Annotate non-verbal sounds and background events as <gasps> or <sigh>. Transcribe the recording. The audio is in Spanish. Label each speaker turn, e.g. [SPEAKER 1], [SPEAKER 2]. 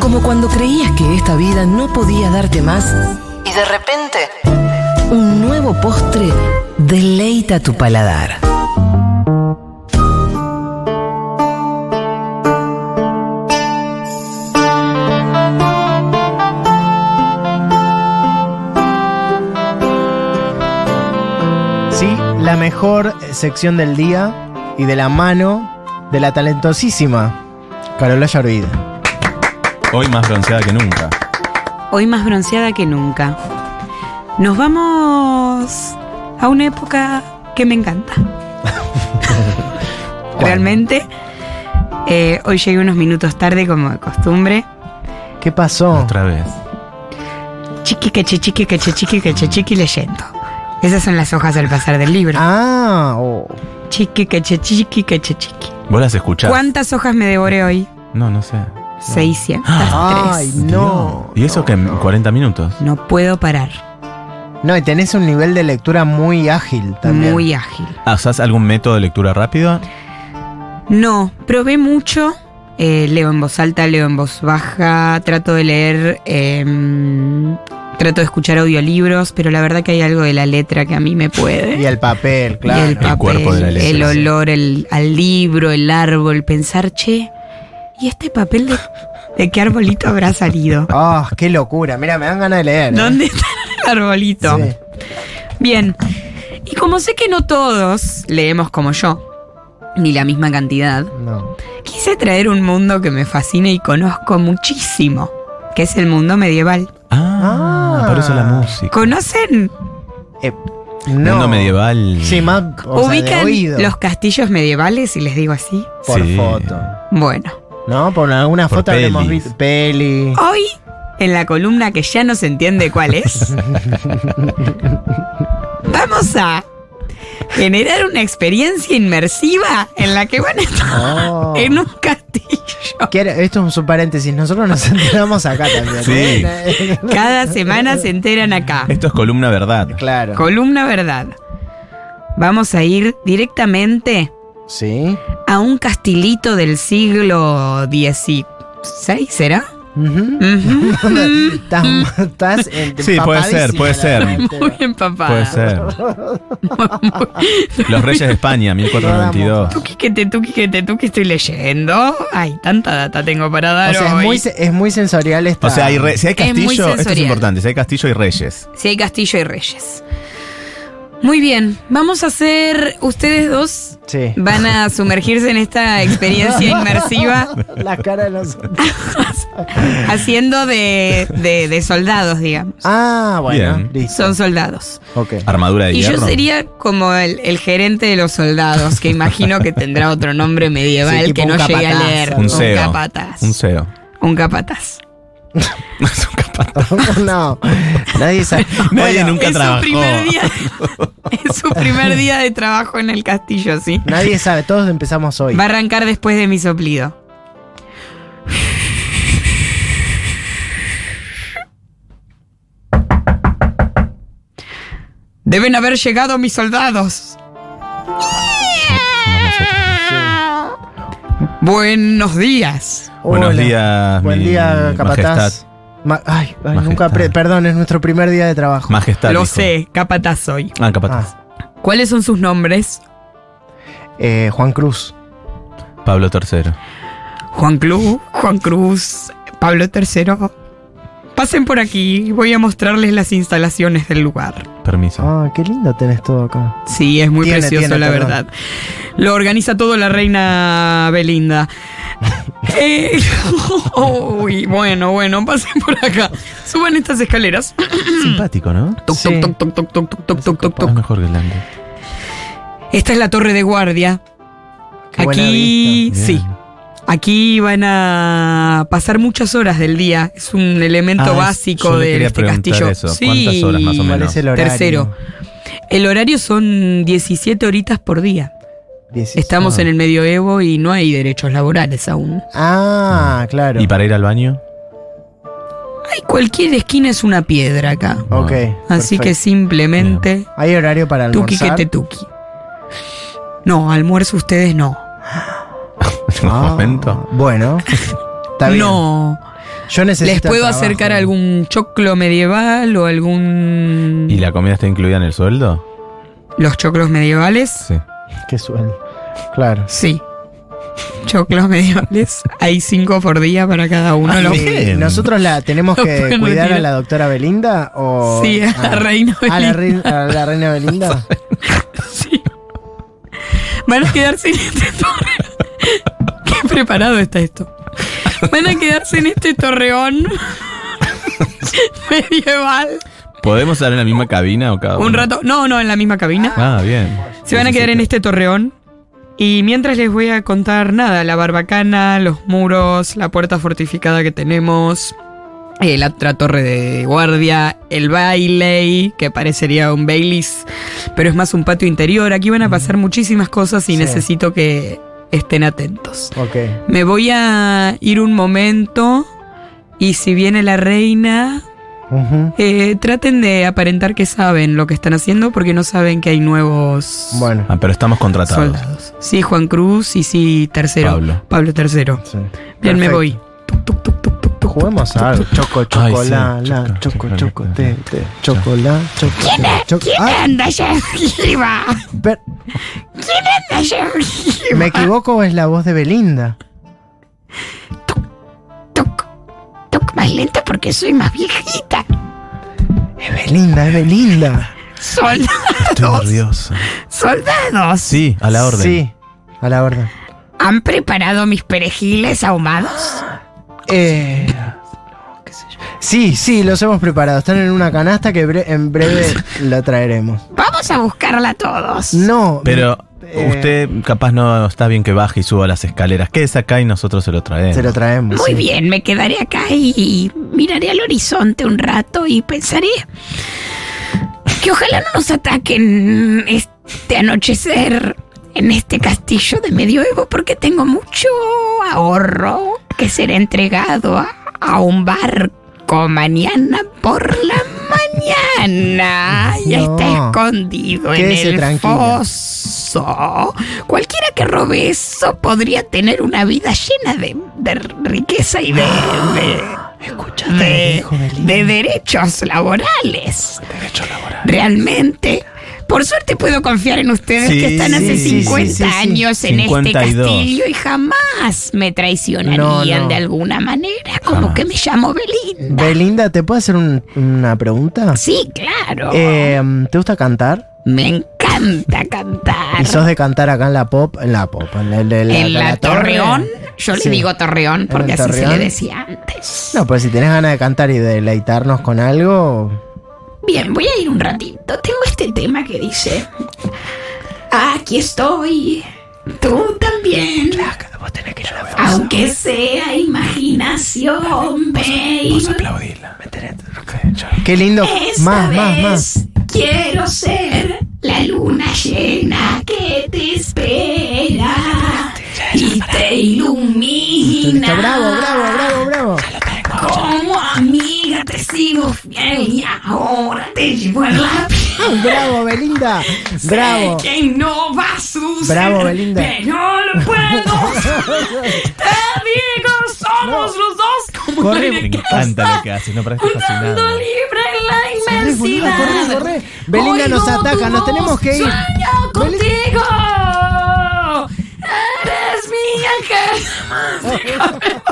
[SPEAKER 1] Como cuando creías que esta vida no podía darte más y de repente un nuevo postre deleita tu paladar.
[SPEAKER 2] Sí, la mejor sección del día y de la mano de la talentosísima Carola Yarvid.
[SPEAKER 3] Hoy más bronceada que nunca.
[SPEAKER 4] Hoy más bronceada que nunca. Nos vamos a una época que
[SPEAKER 2] <laughs>
[SPEAKER 4] me encanta. Realmente. eh, hoy llegué unos minutos tarde, como de costumbre.
[SPEAKER 2] ¿Qué pasó?
[SPEAKER 3] Otra vez.
[SPEAKER 4] Chiqui, que chiqui, que chiqui, que chiqui, leyendo. Esas son las hojas al pasar del libro.
[SPEAKER 2] Ah, oh.
[SPEAKER 4] Chiqui, que chiqui, que chiqui.
[SPEAKER 3] ¿Vos las escuchás?
[SPEAKER 4] ¿Cuántas hojas me devoré hoy?
[SPEAKER 3] No, no sé.
[SPEAKER 4] 603.
[SPEAKER 2] ay, no.
[SPEAKER 3] ¿Y eso
[SPEAKER 2] no,
[SPEAKER 3] que en
[SPEAKER 2] no.
[SPEAKER 3] 40 minutos?
[SPEAKER 4] No puedo parar.
[SPEAKER 2] No, y tenés un nivel de lectura muy ágil también.
[SPEAKER 4] Muy ágil.
[SPEAKER 3] Ah, ¿Usás algún método de lectura rápida?
[SPEAKER 4] No, probé mucho. Eh, leo en voz alta, leo en voz baja, trato de leer, em, trato de escuchar audiolibros, pero la verdad que hay algo de la letra que a mí
[SPEAKER 3] <laughs>
[SPEAKER 4] me puede.
[SPEAKER 2] Y el papel,
[SPEAKER 4] Y
[SPEAKER 2] claro.
[SPEAKER 4] el papel,
[SPEAKER 3] cuerpo de la letra,
[SPEAKER 4] el
[SPEAKER 3] sí.
[SPEAKER 4] olor el- al libro, el árbol, pensar, che, ¿y este papel de, de qué arbolito habrá salido?
[SPEAKER 2] Ah, qué locura. Mira, me dan ganas de leer. ¿eh?
[SPEAKER 4] ¿Dónde está el arbolito?
[SPEAKER 2] Sí.
[SPEAKER 4] Bien. Y como sé que no todos leemos como yo, ni la misma cantidad,
[SPEAKER 2] No.
[SPEAKER 4] quise traer un mundo que me fascina y conozco muchísimo, que es el mundo medieval.
[SPEAKER 3] Ah,
[SPEAKER 2] Ah.
[SPEAKER 3] por eso la música.
[SPEAKER 4] ¿Conocen?
[SPEAKER 2] Eh,
[SPEAKER 3] Mundo medieval.
[SPEAKER 2] Sí, más. O sea, de
[SPEAKER 4] ¿Ubican
[SPEAKER 2] oído.
[SPEAKER 4] los castillos medievales? Y les digo así.
[SPEAKER 2] Por
[SPEAKER 3] Sí.
[SPEAKER 2] foto.
[SPEAKER 4] Bueno,
[SPEAKER 2] No, por alguna
[SPEAKER 3] Por
[SPEAKER 2] foto habremos
[SPEAKER 3] pelis.
[SPEAKER 2] visto. Peli.
[SPEAKER 4] hoy, en la columna que ya no se entiende
[SPEAKER 2] <laughs>
[SPEAKER 4] cuál es, vamos a generar una experiencia inmersiva en la que van a estar
[SPEAKER 2] Oh.
[SPEAKER 4] en un castillo.
[SPEAKER 2] Quiero- esto es un paréntesis. Nosotros nos <laughs> enteramos acá también.
[SPEAKER 3] Sí.
[SPEAKER 2] ¿eh?
[SPEAKER 4] Cada semana se enteran acá.
[SPEAKER 3] Esto es columna verdad.
[SPEAKER 2] <laughs> claro.
[SPEAKER 4] Columna verdad. Vamos a ir directamente
[SPEAKER 2] Sí.
[SPEAKER 4] a un castilito del siglo XVI, ¿será?
[SPEAKER 2] Ujú. <laughs>
[SPEAKER 4] Ujú.
[SPEAKER 2] Estás, estás en-
[SPEAKER 3] Mm. Sí, puede ser, puede ser.
[SPEAKER 2] empapadísima
[SPEAKER 4] Muy
[SPEAKER 2] la-
[SPEAKER 4] empapada.
[SPEAKER 3] Puede ser. Los Reyes de España, 1492.
[SPEAKER 4] Tuqui que te tuqui que te tuqui estoy leyendo. Ay, tanta data tengo para
[SPEAKER 2] O
[SPEAKER 4] dar
[SPEAKER 2] sea, es
[SPEAKER 4] hoy.
[SPEAKER 2] muy, se- es muy sensorial esta.
[SPEAKER 3] O sea, hay re- si hay
[SPEAKER 4] Es muy
[SPEAKER 3] castillo, esto es
[SPEAKER 4] sensorial.
[SPEAKER 3] importante, si hay castillo y reyes.
[SPEAKER 4] Si hay castillo y reyes. Muy bien, vamos a hacer ustedes dos
[SPEAKER 2] Sí.
[SPEAKER 4] van a sumergirse en esta experiencia
[SPEAKER 3] <laughs>
[SPEAKER 4] inmersiva
[SPEAKER 2] La cara de nosotros.
[SPEAKER 4] haciendo de, de- de soldados, digamos.
[SPEAKER 2] Ah, bueno.
[SPEAKER 3] Bien. Ah.
[SPEAKER 2] Listo.
[SPEAKER 4] Son soldados.
[SPEAKER 2] Ok.
[SPEAKER 3] Armadura de
[SPEAKER 4] Y
[SPEAKER 3] hierro.
[SPEAKER 4] yo sería como el, el gerente de los soldados, que imagino que tendrá
[SPEAKER 3] <laughs>
[SPEAKER 4] otro nombre medieval
[SPEAKER 2] Sí, tipo
[SPEAKER 4] que no
[SPEAKER 2] un
[SPEAKER 4] llegué a
[SPEAKER 2] capataz,
[SPEAKER 4] leer.
[SPEAKER 2] algo.
[SPEAKER 3] un CEO.
[SPEAKER 4] capataz.
[SPEAKER 3] Un CEO.
[SPEAKER 4] Un capataz.
[SPEAKER 3] <laughs> Es un capataz.
[SPEAKER 2] <laughs> no. Nadie sabe.
[SPEAKER 3] Nadie
[SPEAKER 2] Bueno,
[SPEAKER 3] nunca
[SPEAKER 4] es
[SPEAKER 3] trabajó.
[SPEAKER 4] Su primer
[SPEAKER 3] <laughs>
[SPEAKER 4] día, es su primer día de trabajo en el castillo, sí.
[SPEAKER 2] Nadie sabe. Todos empezamos hoy.
[SPEAKER 4] Va a arrancar después de mi soplido. Deben haber llegado mis soldados. Buenos días.
[SPEAKER 3] Buenos
[SPEAKER 2] Hola.
[SPEAKER 3] días,
[SPEAKER 2] Buen
[SPEAKER 3] mi
[SPEAKER 2] día, capataz.
[SPEAKER 3] majestad.
[SPEAKER 2] Ma- ay, ay,
[SPEAKER 3] Majestad.
[SPEAKER 2] nunca. pre- perdón, es nuestro primer día de trabajo.
[SPEAKER 3] Majestad.
[SPEAKER 4] Lo
[SPEAKER 3] dijo.
[SPEAKER 4] sé, capataz soy.
[SPEAKER 3] Ah, capataz.
[SPEAKER 2] Ah,
[SPEAKER 4] ¿Cuáles son sus nombres?
[SPEAKER 2] eh, Juan Cruz.
[SPEAKER 3] Pablo III.
[SPEAKER 4] Juan Cruz, Juan Cruz, Pablo III. Pasen por aquí, voy a mostrarles las instalaciones del lugar.
[SPEAKER 3] Permiso.
[SPEAKER 2] Ah, qué lindo tenés todo acá.
[SPEAKER 4] Sí, es muy
[SPEAKER 2] Tiene,
[SPEAKER 4] precioso,
[SPEAKER 2] tiene,
[SPEAKER 4] la
[SPEAKER 2] perdón.
[SPEAKER 4] verdad. Lo organiza todo la reina
[SPEAKER 2] <laughs>
[SPEAKER 4] Belinda. Eh, <laughs> uy, bueno, bueno, pasen por acá. Suban estas escaleras.
[SPEAKER 3] Simpático, ¿no?
[SPEAKER 4] Tuc,
[SPEAKER 2] Sí.
[SPEAKER 4] tuc, tuc, tuc, tuc, tuc, tuc, tuc, tuc,
[SPEAKER 3] Es
[SPEAKER 4] tuc.
[SPEAKER 3] mejor que el Andes.
[SPEAKER 4] Esta es la torre de guardia.
[SPEAKER 2] Qué buena
[SPEAKER 4] Aquí,
[SPEAKER 3] Bien.
[SPEAKER 4] sí. Aquí van a pasar muchas horas del día. Es un elemento
[SPEAKER 3] Ah, es-
[SPEAKER 4] básico
[SPEAKER 3] yo le
[SPEAKER 4] de
[SPEAKER 3] quería
[SPEAKER 4] este
[SPEAKER 3] preguntar
[SPEAKER 4] castillo.
[SPEAKER 3] eso. ¿Cuántas horas más o
[SPEAKER 2] ¿Cuál
[SPEAKER 3] menos?
[SPEAKER 2] es el horario?
[SPEAKER 4] Tercero. El horario son 17 horitas por día.
[SPEAKER 2] Dieciséis.
[SPEAKER 4] Estamos en el medioevo y no hay derechos laborales aún.
[SPEAKER 2] Ah, claro.
[SPEAKER 3] ¿Y para ir al baño? <laughs>
[SPEAKER 4] Ay, cualquier esquina es una piedra acá.
[SPEAKER 2] Ok.
[SPEAKER 3] Ah.
[SPEAKER 4] Así que
[SPEAKER 2] perfecto.
[SPEAKER 4] simplemente
[SPEAKER 2] ¿Hay horario para
[SPEAKER 4] tuqui
[SPEAKER 2] almorzar?
[SPEAKER 4] que te tuqui. No, almuerzo ustedes no.
[SPEAKER 2] Ah.
[SPEAKER 3] En un momento.
[SPEAKER 2] Bueno. Está bien.
[SPEAKER 4] No.
[SPEAKER 2] Yo necesito
[SPEAKER 4] Les puedo
[SPEAKER 2] trabajo.
[SPEAKER 4] acercar algún choclo medieval o algún...
[SPEAKER 3] ¿Y la comida está incluida en el sueldo?
[SPEAKER 4] ¿Los choclos medievales?
[SPEAKER 3] Sí.
[SPEAKER 2] Qué sueldo. Claro.
[SPEAKER 4] Sí. Choclos medievales. Hay cinco por día para cada
[SPEAKER 2] Ah,
[SPEAKER 4] uno. Los-
[SPEAKER 3] bien.
[SPEAKER 2] ¿Nosotros la tenemos
[SPEAKER 4] Lo
[SPEAKER 2] que
[SPEAKER 4] pueden
[SPEAKER 2] cuidar a
[SPEAKER 4] retirar.
[SPEAKER 2] la doctora Belinda? O,
[SPEAKER 4] Sí, a la
[SPEAKER 2] Ah.
[SPEAKER 4] reina
[SPEAKER 2] ¿A la,
[SPEAKER 4] Belinda.
[SPEAKER 2] reina- a la reina
[SPEAKER 3] <laughs>
[SPEAKER 2] Belinda?
[SPEAKER 4] Van a quedar sin este torreón. Qué preparado está esto. Van a quedarse en este
[SPEAKER 2] <laughs>
[SPEAKER 4] torreón medieval.
[SPEAKER 3] ¿Podemos estar en la misma cabina o
[SPEAKER 2] Ah,
[SPEAKER 3] cada
[SPEAKER 4] Un
[SPEAKER 3] uno?
[SPEAKER 4] rato. No, no, en la misma cabina.
[SPEAKER 3] Ah, bien.
[SPEAKER 4] Se van a quedar en este torreón. Y mientras les voy a contar nada, la barbacana, los muros, la puerta fortificada que tenemos, eh, la otra torre de guardia, el baile, que parecería un bailis, pero es más un patio interior. Aquí van a pasar muchísimas cosas y
[SPEAKER 2] Sí.
[SPEAKER 4] necesito que estén atentos.
[SPEAKER 2] Ok.
[SPEAKER 4] Me voy a ir un momento y si viene la reina,
[SPEAKER 2] Ujú.
[SPEAKER 4] eh, traten de aparentar que saben lo que están haciendo porque no saben que hay nuevos...
[SPEAKER 2] Bueno.
[SPEAKER 3] Ah, pero estamos contratados.
[SPEAKER 4] Soldados. Sí, Juan Cruz y sí, tercero.
[SPEAKER 3] Pablo.
[SPEAKER 4] Pablo tercero.
[SPEAKER 2] sí.
[SPEAKER 4] Bien, me
[SPEAKER 2] Perfecto.
[SPEAKER 4] voy. Tuc, tuc, tuc, tuc, tuc, tuc,
[SPEAKER 2] Juguemos
[SPEAKER 4] tuc,
[SPEAKER 2] a
[SPEAKER 4] tuc,
[SPEAKER 2] algo.
[SPEAKER 4] tuc.
[SPEAKER 2] Choco, chocolate,
[SPEAKER 3] choco,
[SPEAKER 2] choco,
[SPEAKER 3] chocolate.
[SPEAKER 2] choco, té, té, chocolate, choco, choco- Ah,
[SPEAKER 4] Anda allá arriba.
[SPEAKER 2] per-
[SPEAKER 4] Anda allá arriba.
[SPEAKER 2] ¿Me equivoco o es la voz de Belinda?
[SPEAKER 4] Tuc, tuc, más lenta porque soy más viejita.
[SPEAKER 2] Es Belinda, es Belinda.
[SPEAKER 3] Estoy
[SPEAKER 4] Soldados.
[SPEAKER 3] nervioso.
[SPEAKER 4] <laughs> Soldados.
[SPEAKER 3] Sí, a la orden.
[SPEAKER 2] Sí, a la orden.
[SPEAKER 4] ¿Han preparado mis perejiles ahumados?
[SPEAKER 2] Eh, sí, sí, los hemos preparado. Están en una canasta que bre- en breve la traeremos.
[SPEAKER 4] Vamos a buscarla todos.
[SPEAKER 2] No,
[SPEAKER 3] Pero
[SPEAKER 2] eh,
[SPEAKER 3] usted capaz no está bien que baje y suba las escaleras. Quédese acá y nosotros se lo traemos.
[SPEAKER 2] se lo traemos.
[SPEAKER 5] Muy
[SPEAKER 2] sí.
[SPEAKER 5] bien, me quedaré acá y miraré al horizonte un rato y pensaré que ojalá no nos ataquen este anochecer en este castillo de medioevo porque tengo mucho ahorro que será entregado a, a un barco mañana por la mañana. Ya
[SPEAKER 2] No.
[SPEAKER 5] está escondido
[SPEAKER 2] Quédese
[SPEAKER 5] en el
[SPEAKER 2] tranquila.
[SPEAKER 5] foso. Cualquiera que robe eso podría tener una vida llena de, de riqueza y
[SPEAKER 2] <gasps>
[SPEAKER 5] de, de-
[SPEAKER 2] lo que
[SPEAKER 5] de-
[SPEAKER 2] dijo Belinda.
[SPEAKER 5] de derechos laborales. Realmente. Por suerte puedo confiar en ustedes
[SPEAKER 3] Sí,
[SPEAKER 5] que están hace
[SPEAKER 2] sí, sí,
[SPEAKER 5] 50
[SPEAKER 2] sí, sí.
[SPEAKER 5] años en
[SPEAKER 3] 52.
[SPEAKER 5] este castillo y jamás me traicionarían
[SPEAKER 2] No, no.
[SPEAKER 5] de alguna manera, como
[SPEAKER 3] Jamás.
[SPEAKER 5] que me llamo Belinda.
[SPEAKER 2] Belinda, ¿te puedo hacer un- una pregunta?
[SPEAKER 5] Sí, claro.
[SPEAKER 2] Eh, ¿Te gusta cantar?
[SPEAKER 5] me encanta cantar.
[SPEAKER 2] ¿Y sos de cantar acá en la pop? En la pop, en la, en la- en
[SPEAKER 5] en la,
[SPEAKER 2] la torre?
[SPEAKER 5] Torreón, yo
[SPEAKER 2] Sí.
[SPEAKER 5] le digo Torreón porque
[SPEAKER 2] el
[SPEAKER 5] así se
[SPEAKER 2] Torreón?
[SPEAKER 5] le decía antes.
[SPEAKER 2] No, pues si tenés ganas de cantar y de deleitarnos con algo.
[SPEAKER 5] Bien, voy a ir un ratito. Tengo este tema que dice: Aquí estoy, tú también. Aunque sea imaginación, babe.
[SPEAKER 3] Aplaudila.
[SPEAKER 2] Qué lindo.
[SPEAKER 5] Esta
[SPEAKER 2] Más,
[SPEAKER 5] vez
[SPEAKER 2] más, más.
[SPEAKER 5] quiero ser la luna llena que te espera y te ilumina.
[SPEAKER 2] Listo, Bravo, bravo, bravo, bravo.
[SPEAKER 5] Como amiga te sigo fiel y ahora te llevo en la piel.
[SPEAKER 2] Bravo, Belinda. <laughs> Bravo.
[SPEAKER 5] Sé que no va a suceder.
[SPEAKER 2] Bravo, Belinda.
[SPEAKER 5] Pero lo
[SPEAKER 2] <laughs>
[SPEAKER 5] puedo. te digo, somos los dos como
[SPEAKER 2] Corre,
[SPEAKER 3] Me encanta lo que hace. No, para estoy fascinado.
[SPEAKER 5] volando libre en la
[SPEAKER 2] Corre, boluda,
[SPEAKER 5] inmensidad.
[SPEAKER 2] corre, corre. Belinda nos
[SPEAKER 5] Oigo
[SPEAKER 2] ataca,
[SPEAKER 5] tu
[SPEAKER 2] nos tenemos
[SPEAKER 5] voz,
[SPEAKER 2] que ir.
[SPEAKER 5] Sueño
[SPEAKER 2] Belinda-
[SPEAKER 5] contigo. Eres mi ángel.